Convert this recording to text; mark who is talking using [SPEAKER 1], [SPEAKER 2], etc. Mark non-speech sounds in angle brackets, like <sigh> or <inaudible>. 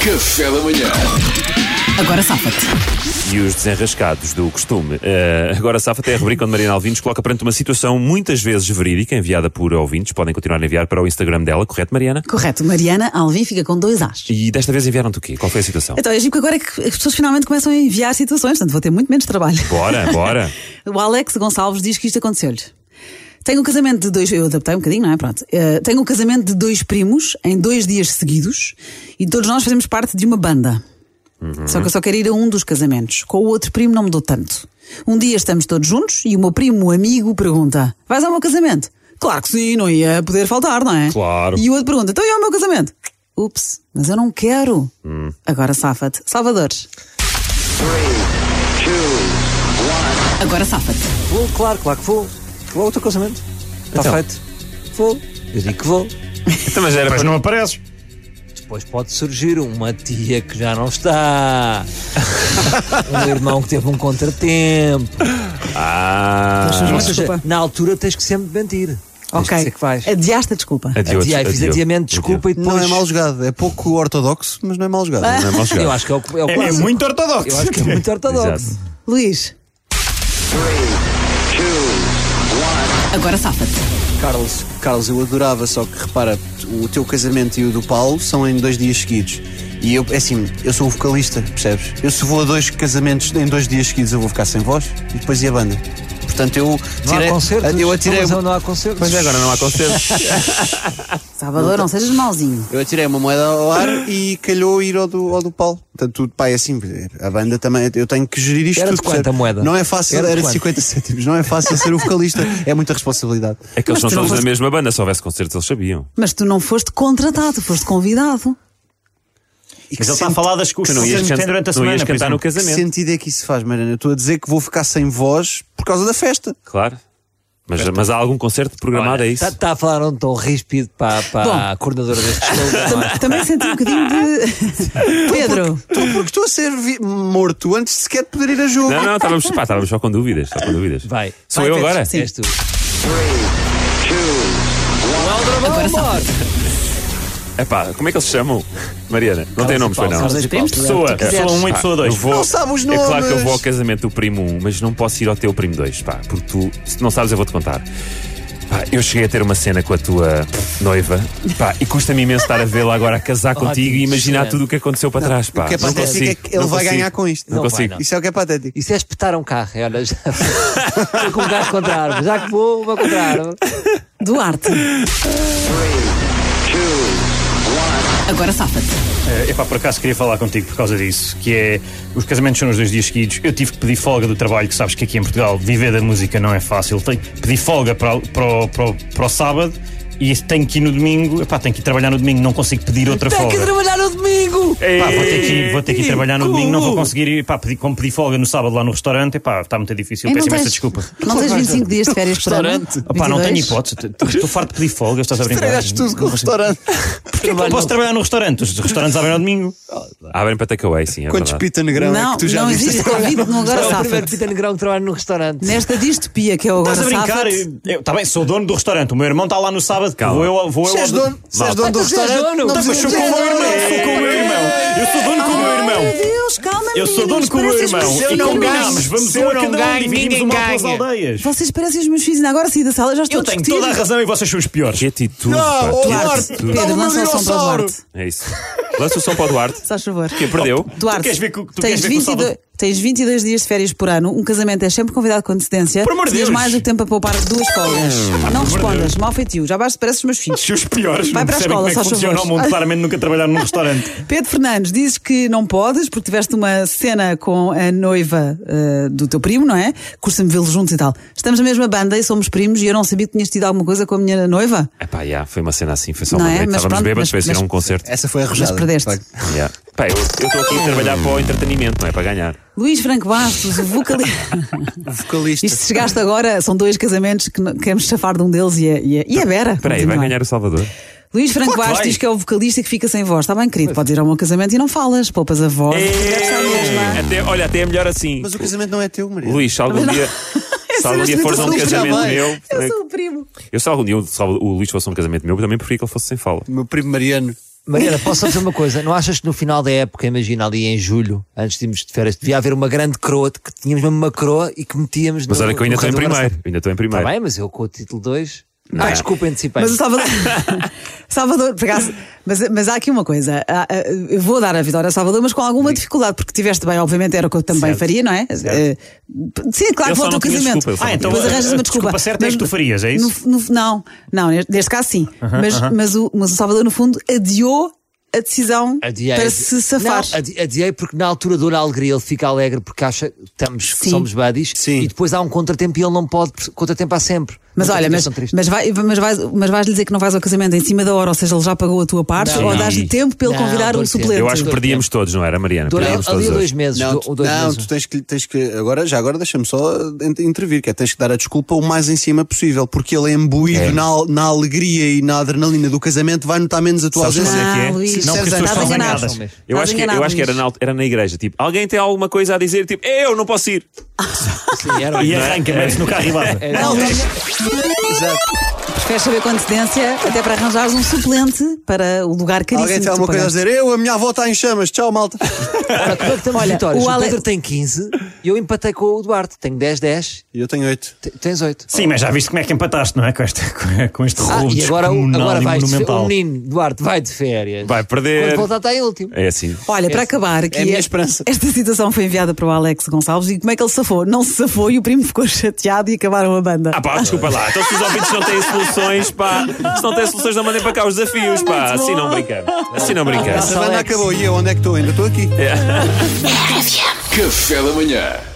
[SPEAKER 1] Café da manhã.
[SPEAKER 2] Agora safa-te.
[SPEAKER 3] E os desenrascados do costume. Eh, agora, Safa até a rubrica onde Mariana Alvim nos coloca perante uma situação muitas vezes verídica, enviada por ouvintes. Podem continuar a enviar para o Instagram dela, correto, Mariana?
[SPEAKER 2] Correto, Mariana Alvim fica com dois As.
[SPEAKER 3] E desta vez enviaram-te o quê? Qual foi a situação?
[SPEAKER 2] Então, é giro que agora é que as pessoas finalmente começam a enviar situações, portanto vou ter muito menos trabalho.
[SPEAKER 3] Bora, bora.
[SPEAKER 2] O Alex Gonçalves diz que isto aconteceu-lhe. Tenho um casamento de dois. Eu adaptei um bocadinho, não é? Pronto. Eh, tenho um casamento de dois primos em dois dias seguidos e todos nós fazemos parte de uma banda. Só que eu só quero ir a um dos casamentos. Com o outro primo não me dou tanto. Um dia estamos todos juntos e o meu primo, o amigo, pergunta: Vais ao meu casamento? Claro que sim, não ia poder faltar, não é?
[SPEAKER 3] Claro.
[SPEAKER 2] E o outro pergunta: Então e ao meu casamento? Ups, mas eu não quero. Agora safa-te. Salvadores. Agora safa-te.
[SPEAKER 4] Vou, claro, claro que vou. Vou ao teu casamento. Está
[SPEAKER 3] Então.
[SPEAKER 4] feito. Vou. Eu digo que vou.
[SPEAKER 3] Então, mas era
[SPEAKER 5] Mas
[SPEAKER 3] para...
[SPEAKER 5] não apareces.
[SPEAKER 4] Depois pode surgir uma tia que já não <laughs> está. um irmão que teve um contratempo.
[SPEAKER 3] Ah,
[SPEAKER 4] Ou
[SPEAKER 2] Mas
[SPEAKER 4] seja,
[SPEAKER 2] desculpa.
[SPEAKER 4] na altura tens que sempre mentir. Tens que dizer
[SPEAKER 2] Ok.
[SPEAKER 4] que vais.
[SPEAKER 2] Adiaste a desculpa.
[SPEAKER 3] adiou,
[SPEAKER 4] Adiei, fiz
[SPEAKER 3] adiou,
[SPEAKER 4] adiamento,
[SPEAKER 3] adiou.
[SPEAKER 4] desculpa, e depois.
[SPEAKER 6] Não é mal jogado, é pouco ortodoxo, mas não é mal jogado.
[SPEAKER 3] Não é mau jogar.
[SPEAKER 4] Eu acho que é o, é o
[SPEAKER 5] É, é
[SPEAKER 4] clássico.
[SPEAKER 5] muito ortodoxo.
[SPEAKER 4] Eu acho que é muito ortodoxo.
[SPEAKER 3] Exato.
[SPEAKER 2] Luís. Agora safa-te.
[SPEAKER 6] <laughs> Carlos, Carlos, eu adorava, só que repara, o teu casamento e o do Paulo são em dois dias seguidos. E eu, é assim, eu sou o vocalista, percebes? Eu se vou a dois casamentos em dois dias seguidos, eu vou ficar sem voz e depois ia a banda. Portanto, eu
[SPEAKER 4] Não
[SPEAKER 6] tirei.
[SPEAKER 4] há concertos.
[SPEAKER 6] eu atirei.
[SPEAKER 4] Não, mas não há concertos.
[SPEAKER 3] Mas um- é, agora não há concerto.
[SPEAKER 2] Salvador, não sejas mauzinho.
[SPEAKER 6] Eu atirei uma moeda ao ar e calhou ir ao do, ao do Paulo. Portanto, tudo, pá, é assim, a banda também, eu tenho que gerir isto
[SPEAKER 4] Era de
[SPEAKER 6] tudo.
[SPEAKER 4] quanto a
[SPEAKER 6] percebes?
[SPEAKER 4] moeda?
[SPEAKER 6] Não é fácil,
[SPEAKER 4] Era de
[SPEAKER 6] era, de
[SPEAKER 4] quanto?
[SPEAKER 6] 50 cêntimos, não é fácil ser
[SPEAKER 4] <laughs>
[SPEAKER 6] o vocalista, é muita responsabilidade.
[SPEAKER 3] É que
[SPEAKER 2] Mas
[SPEAKER 3] eles não
[SPEAKER 2] tu não
[SPEAKER 3] todos na
[SPEAKER 2] foste-
[SPEAKER 3] mesma banda, se houvesse concerto, eles sabiam.
[SPEAKER 2] Mas tu não foste contratado, foste convidado.
[SPEAKER 6] E que
[SPEAKER 5] Mas ele está a
[SPEAKER 6] sente-
[SPEAKER 5] falar das custas
[SPEAKER 3] não
[SPEAKER 5] que
[SPEAKER 3] ias,
[SPEAKER 5] tem
[SPEAKER 3] cantar-
[SPEAKER 5] durante a
[SPEAKER 3] não
[SPEAKER 5] semana.
[SPEAKER 3] ias
[SPEAKER 5] por
[SPEAKER 3] cantar no
[SPEAKER 5] exemplo.
[SPEAKER 6] Que
[SPEAKER 3] casamento.
[SPEAKER 6] sentido é que isso faz, Mariana? Eu estou a dizer que vou ficar sem voz por causa da festa.
[SPEAKER 3] Claro. Mas, mas há algum concerto programado, é isso?
[SPEAKER 4] Está a falar um tom ríspido para, para a coordenadora deste <laughs> show. não é?
[SPEAKER 2] Tam- Também senti um bocadinho
[SPEAKER 5] <laughs>
[SPEAKER 2] de. Pedro.
[SPEAKER 6] Estou porque estou a ser vi- morto antes de sequer de poder ir a jogo.
[SPEAKER 3] Ah. Não, não, estávamos, pá, estávamos só com dúvidas. Só com dúvidas.
[SPEAKER 4] Vai.
[SPEAKER 3] Sou
[SPEAKER 4] Vai,
[SPEAKER 3] eu
[SPEAKER 4] Pedro.
[SPEAKER 3] agora?
[SPEAKER 4] Sim. És tu.
[SPEAKER 2] Agora safa-te.
[SPEAKER 3] Epá, como é que eles se chamam? Mariana, não tem nomes, foi não.
[SPEAKER 4] Paulo, Carlos e Paulo.
[SPEAKER 5] Pessoa,
[SPEAKER 2] Quiseres.
[SPEAKER 5] pessoa 1 e pessoa 2.
[SPEAKER 3] Eu vou-
[SPEAKER 6] Não sabe os
[SPEAKER 3] É claro que eu
[SPEAKER 6] nomes.
[SPEAKER 3] vou ao casamento do primo 1, mas não posso ir ao teu primo 2, pá, porque tu, se não sabes, eu vou-te contar. Pá, eu cheguei a ter uma cena com a tua noiva, pá, e custa-me imenso estar a vê-la agora a casar
[SPEAKER 4] Ótimo,
[SPEAKER 3] contigo e imaginar
[SPEAKER 4] excelente.
[SPEAKER 3] tudo o que aconteceu para trás, pá.
[SPEAKER 6] O que é
[SPEAKER 3] Ah, Não
[SPEAKER 6] patético
[SPEAKER 3] consigo,
[SPEAKER 6] é que ele
[SPEAKER 3] não
[SPEAKER 6] vai
[SPEAKER 3] consigo.
[SPEAKER 6] ganhar com isto.
[SPEAKER 3] Não
[SPEAKER 4] Não vai,
[SPEAKER 3] consigo.
[SPEAKER 4] não.
[SPEAKER 6] Isso é o que é patético.
[SPEAKER 4] Isso é espetar um carro, é, olha, já <laughs> Estou com um carro contra a árvore. Já que vou, vou contra a árvore.
[SPEAKER 2] Duarte. Agora safa-te.
[SPEAKER 5] Eh, Epá, por acaso queria falar contigo por causa disso, que é os casamentos são nos dois dias seguidos. Eu tive que pedir folga do trabalho, que sabes que aqui em Portugal viver da música não é fácil. Tenho que pedir folga para, o- para, o- para, o- para o sábado e tenho que ir no domingo. Epá, tenho que ir trabalhar no domingo, não consigo pedir outra
[SPEAKER 4] Tem que
[SPEAKER 5] folga.
[SPEAKER 4] trabalhar no domingo!
[SPEAKER 3] É
[SPEAKER 5] Pá, vou ter que ir, vou ter que ir trabalhar no domingo, não vou conseguir ir. Pá, pedi, como pedi folga no sábado lá no restaurante, epá, está muito difícil.
[SPEAKER 2] Ei,
[SPEAKER 5] Peço
[SPEAKER 2] tens-
[SPEAKER 5] imensa desculpa.
[SPEAKER 2] Não tens 25 dias de férias por ano?
[SPEAKER 5] Opá, não
[SPEAKER 2] 22?
[SPEAKER 5] tenho hipótese. Estou farto de pedir folga, estás a brincar.
[SPEAKER 6] Estragaste tudo com o restaurante.
[SPEAKER 3] É
[SPEAKER 5] Porquê que eu posso trabalhar no restaurante? Os restaurantes abrem ao domingo.
[SPEAKER 3] Abrem para takeaway, sim, é
[SPEAKER 6] Quantos
[SPEAKER 3] verdade.
[SPEAKER 6] pita negrão é
[SPEAKER 2] Não,
[SPEAKER 6] que tu já
[SPEAKER 2] não
[SPEAKER 6] viste?
[SPEAKER 2] existe convite no Agora
[SPEAKER 4] É o primeiro
[SPEAKER 2] safa-te.
[SPEAKER 4] Pita Negrão que trabalha no restaurante.
[SPEAKER 2] Nesta distopia que é o Agora
[SPEAKER 5] Estás a brincar?
[SPEAKER 2] safa-te.
[SPEAKER 5] Está tá bem, sou dono do restaurante. O meu irmão está lá no sábado.
[SPEAKER 3] Calma.
[SPEAKER 5] Vou eu, vou eu
[SPEAKER 6] Se és
[SPEAKER 5] ao-
[SPEAKER 6] dono, se és
[SPEAKER 3] Malta.
[SPEAKER 6] dono do
[SPEAKER 4] Ah, tu és
[SPEAKER 6] restaurante,
[SPEAKER 4] dono?
[SPEAKER 6] não
[SPEAKER 4] Tá,
[SPEAKER 5] Mas
[SPEAKER 6] precisas
[SPEAKER 5] sou com o
[SPEAKER 6] dizer
[SPEAKER 5] meu
[SPEAKER 6] nada.
[SPEAKER 5] irmão, sou com o meu irmão. Eu sou dono com o meu
[SPEAKER 2] Meu
[SPEAKER 5] irmão.
[SPEAKER 2] Deus, calma,
[SPEAKER 5] Eu sou dono
[SPEAKER 2] meninos,
[SPEAKER 5] com o meu
[SPEAKER 2] pareces
[SPEAKER 5] irmão.
[SPEAKER 2] meus
[SPEAKER 5] E
[SPEAKER 2] filhos.
[SPEAKER 5] combinámos, vamos
[SPEAKER 4] se
[SPEAKER 5] um
[SPEAKER 4] eu
[SPEAKER 5] a
[SPEAKER 4] não
[SPEAKER 5] cada um,
[SPEAKER 4] ganho,
[SPEAKER 5] dividimos
[SPEAKER 4] ninguém
[SPEAKER 5] uma pelas
[SPEAKER 4] ganha.
[SPEAKER 5] aldeias.
[SPEAKER 2] Vocês parecem os meus filhos, ainda agora saí da sala, já estou
[SPEAKER 5] Eu
[SPEAKER 2] a
[SPEAKER 5] tenho
[SPEAKER 2] discutir.
[SPEAKER 5] toda a razão e vocês são os piores.
[SPEAKER 3] Que atitude, pá,
[SPEAKER 6] Não, oh,
[SPEAKER 3] que
[SPEAKER 6] Duarte,
[SPEAKER 3] atitude.
[SPEAKER 6] dá-me
[SPEAKER 2] Pedro,
[SPEAKER 6] o meu
[SPEAKER 2] lança o som para o
[SPEAKER 6] dinossauro.
[SPEAKER 2] Duarte.
[SPEAKER 3] É isso. Lança o som para o Duarte.
[SPEAKER 2] Só favor. Oh,
[SPEAKER 3] Que perdeu.
[SPEAKER 2] Duarte,
[SPEAKER 5] queres ver que o- tu
[SPEAKER 2] tens,
[SPEAKER 5] queres ver que o Salvador-
[SPEAKER 2] tens 22 dias de férias por ano, um casamento é sempre convidado com antecedência.
[SPEAKER 5] Por amor de
[SPEAKER 2] Tens
[SPEAKER 5] Deus.
[SPEAKER 2] mais do que tempo a poupar duas folgas. Não respondas, mal feitio, já basta, pareces os meus filhos.
[SPEAKER 5] Se os piores
[SPEAKER 2] Vai
[SPEAKER 5] não
[SPEAKER 2] para a
[SPEAKER 5] percebem
[SPEAKER 2] escola,
[SPEAKER 5] como é que
[SPEAKER 2] só os
[SPEAKER 5] funciona o
[SPEAKER 2] favores.
[SPEAKER 5] mundo, claramente nunca trabalharam num restaurante.
[SPEAKER 2] Pedro Fernandes, dizes que não podes porque tiveste uma cena com a noiva eh, do teu primo, não é? Custa-me vê-los juntos e tal. Estamos na mesma banda e somos primos e eu não sabia que tinhas tido alguma coisa com a minha noiva.
[SPEAKER 3] Epá, já, foi uma cena assim, foi só
[SPEAKER 2] Não
[SPEAKER 3] uma
[SPEAKER 2] é?
[SPEAKER 3] noite.
[SPEAKER 2] Mas
[SPEAKER 3] Estávamos
[SPEAKER 2] pronto,
[SPEAKER 3] bêbados,
[SPEAKER 2] mas-
[SPEAKER 3] foi
[SPEAKER 2] mas-
[SPEAKER 3] a um concerto.
[SPEAKER 6] Essa foi arrojada.
[SPEAKER 2] Mas perdeste.
[SPEAKER 6] de facto.
[SPEAKER 3] Yeah. Pá, eu eu estou aqui a trabalhar para o entretenimento, não é para ganhar.
[SPEAKER 2] Luís Franco Bastos, o
[SPEAKER 6] <laughs>
[SPEAKER 2] vocalista.
[SPEAKER 6] O vocalista.
[SPEAKER 2] Isto se chegaste agora, são dois casamentos que não- queremos chafar de um deles e é, e é, e é Vera.
[SPEAKER 3] Espera aí, vai
[SPEAKER 2] Continua.
[SPEAKER 3] ganhar o Salvador?
[SPEAKER 2] Luís Franco
[SPEAKER 5] Claro que
[SPEAKER 2] Bastos
[SPEAKER 5] vai.
[SPEAKER 2] diz que é o vocalista que fica sem voz. Está bem, querido, podes ir ao meu casamento e não falas. Poupas a voz.
[SPEAKER 3] Até, olha, até é melhor assim.
[SPEAKER 6] Mas o casamento não é teu, Maria.
[SPEAKER 3] Luís, se algum dia,
[SPEAKER 2] é
[SPEAKER 3] se algum dia fores a um
[SPEAKER 6] Luís, já
[SPEAKER 3] casamento
[SPEAKER 6] vai.
[SPEAKER 3] meu. é
[SPEAKER 2] Eu sou o primo.
[SPEAKER 3] Eu se algum dia o, se o Luís fosse a um casamento meu, eu também preferia que ele fosse sem fala.
[SPEAKER 6] O meu primo Mariano.
[SPEAKER 4] Mariana, posso só dizer uma coisa? Não achas que no final da época, imagina ali em julho, antes de irmos de férias, devia haver uma grande croa, que tínhamos mesmo uma croa e que metíamos
[SPEAKER 3] Mas
[SPEAKER 4] no,
[SPEAKER 3] olha que eu
[SPEAKER 4] no
[SPEAKER 3] ainda estou
[SPEAKER 4] Rei
[SPEAKER 3] em
[SPEAKER 4] do Guarda-São.
[SPEAKER 3] primeiro. Ainda estou em
[SPEAKER 4] Está
[SPEAKER 3] primeiro.
[SPEAKER 4] Tá bem, mas eu com o título 2. Ah, desculpa, antecipei.
[SPEAKER 2] Mas o Salvador. Salvador, por acaso. Mas, mas há aqui uma coisa. Há, ah, Eu vou dar a vitória a Salvador, mas com alguma dificuldade, porque tiveste bem, obviamente, era o que eu também
[SPEAKER 5] Certo.
[SPEAKER 2] faria, não é? Eh, Sim, claro
[SPEAKER 3] Eu
[SPEAKER 2] que volta
[SPEAKER 3] só não
[SPEAKER 2] o
[SPEAKER 3] tinha
[SPEAKER 2] casamento.
[SPEAKER 3] desculpa, eu só
[SPEAKER 5] Ah,
[SPEAKER 3] não
[SPEAKER 5] então
[SPEAKER 2] Depois
[SPEAKER 5] a- a
[SPEAKER 2] arranjas uma desculpa.
[SPEAKER 5] desculpa certa é
[SPEAKER 2] Mas
[SPEAKER 5] que tu farias, é isso?
[SPEAKER 2] no- no- não, não, neste caso sim. mas, mas, o, mas o Salvador, no fundo, adiou a decisão
[SPEAKER 4] Adiei,
[SPEAKER 2] para
[SPEAKER 4] adiei.
[SPEAKER 2] se safar.
[SPEAKER 4] Não, adi- adiei porque na altura dou a alegria, ele fica alegre porque acha que estamos, que
[SPEAKER 2] Sim.
[SPEAKER 4] somos buddies
[SPEAKER 6] Sim.
[SPEAKER 4] e depois há um contratempo e ele não pode, porque contratempo há sempre.
[SPEAKER 2] Mas
[SPEAKER 4] Nunca
[SPEAKER 2] olha,
[SPEAKER 4] fica
[SPEAKER 2] mas,
[SPEAKER 4] tão triste.
[SPEAKER 2] mas, vai, mas, vais, mas vais lhe dizer que não vais ao casamento em cima da hora, ou seja, ele já pagou a tua parte,
[SPEAKER 4] Não.
[SPEAKER 2] ou dás-lhe tempo para ele
[SPEAKER 4] Não,
[SPEAKER 2] convidar
[SPEAKER 4] dou-lhe
[SPEAKER 2] um
[SPEAKER 4] tempo.
[SPEAKER 2] suplente.
[SPEAKER 3] Eu acho que
[SPEAKER 4] Dou-lhe
[SPEAKER 3] perdíamos todos, não era, Mariana?
[SPEAKER 4] Dou-
[SPEAKER 3] Perdíamos
[SPEAKER 4] ali
[SPEAKER 3] todos
[SPEAKER 4] dois
[SPEAKER 3] hoje.
[SPEAKER 4] meses,
[SPEAKER 6] Não,
[SPEAKER 4] do-
[SPEAKER 6] tu,
[SPEAKER 4] dois
[SPEAKER 6] não,
[SPEAKER 4] meses.
[SPEAKER 6] tu tens que, tens que. Agora, já agora deixa-me só ent- intervir, que é, tens que dar a desculpa o mais em cima possível, porque ele é imbuído
[SPEAKER 3] É.
[SPEAKER 6] na, al- na alegria e na adrenalina do casamento, vai notar menos a tua
[SPEAKER 3] Sabes
[SPEAKER 6] ausência.
[SPEAKER 3] quando é que é?
[SPEAKER 2] Ah, Luís,
[SPEAKER 5] Não, porque as
[SPEAKER 2] estás
[SPEAKER 5] pessoas são
[SPEAKER 2] enganado.
[SPEAKER 5] zangadas.
[SPEAKER 3] Eu
[SPEAKER 2] Estás
[SPEAKER 3] acho, que, eu
[SPEAKER 2] enganado,
[SPEAKER 3] acho que era
[SPEAKER 2] Luís.
[SPEAKER 3] na, alt- era na igreja, tipo, alguém tem alguma coisa a dizer, tipo, eu não posso ir.
[SPEAKER 4] Sim, era,
[SPEAKER 5] E arranca, mete-se no carro
[SPEAKER 2] <laughs>
[SPEAKER 5] e lava.
[SPEAKER 2] Não, Preferes saber com antecedência, até para arranjares um suplente para o lugar
[SPEAKER 3] é?
[SPEAKER 2] caríssimo.
[SPEAKER 6] Alguém
[SPEAKER 2] que
[SPEAKER 6] tem
[SPEAKER 2] tu
[SPEAKER 6] alguma coisa a
[SPEAKER 2] pagaste.
[SPEAKER 6] dizer? Eu, a minha avó está em chamas, tchau, malta. <laughs>
[SPEAKER 4] Ora, como é que estamos de vitórias?
[SPEAKER 2] o
[SPEAKER 4] O,
[SPEAKER 2] Ale-
[SPEAKER 4] Pedro tem 15 e eu empatei com o Duarte. Tenho 10, 10.
[SPEAKER 6] E eu tenho oito.
[SPEAKER 4] Te- Tens 8.
[SPEAKER 5] Sim, mas já viste como é que empataste, não é? Com este, com este
[SPEAKER 4] Ah,
[SPEAKER 5] rolo
[SPEAKER 4] e agora, o-
[SPEAKER 5] descomunal
[SPEAKER 4] agora
[SPEAKER 5] e
[SPEAKER 4] vai de fe-
[SPEAKER 5] monumental.
[SPEAKER 4] o menino Duarte vai de férias.
[SPEAKER 3] Vai perder.
[SPEAKER 4] Quando voltar está em último.
[SPEAKER 3] É assim.
[SPEAKER 2] Olha, para
[SPEAKER 4] Essa
[SPEAKER 2] acabar, que
[SPEAKER 6] a minha
[SPEAKER 2] é-
[SPEAKER 6] esperança.
[SPEAKER 2] esta situação foi enviada para o Alex Gonçalves e como é que ele safou? Não se safou e o primo ficou <laughs> chateado e acabaram a banda.
[SPEAKER 3] Ah pá, desculpa lá. Então se os ouvintes não têm soluções, pá, se não têm soluções, não mandem para cá os desafios, pá.
[SPEAKER 2] Muito bom.
[SPEAKER 3] Assim não brincamos. Assim não brincamos.
[SPEAKER 6] A banda
[SPEAKER 4] Alex.
[SPEAKER 6] acabou e eu, onde é que estou? Ainda estou aqui.
[SPEAKER 1] Café da Manhã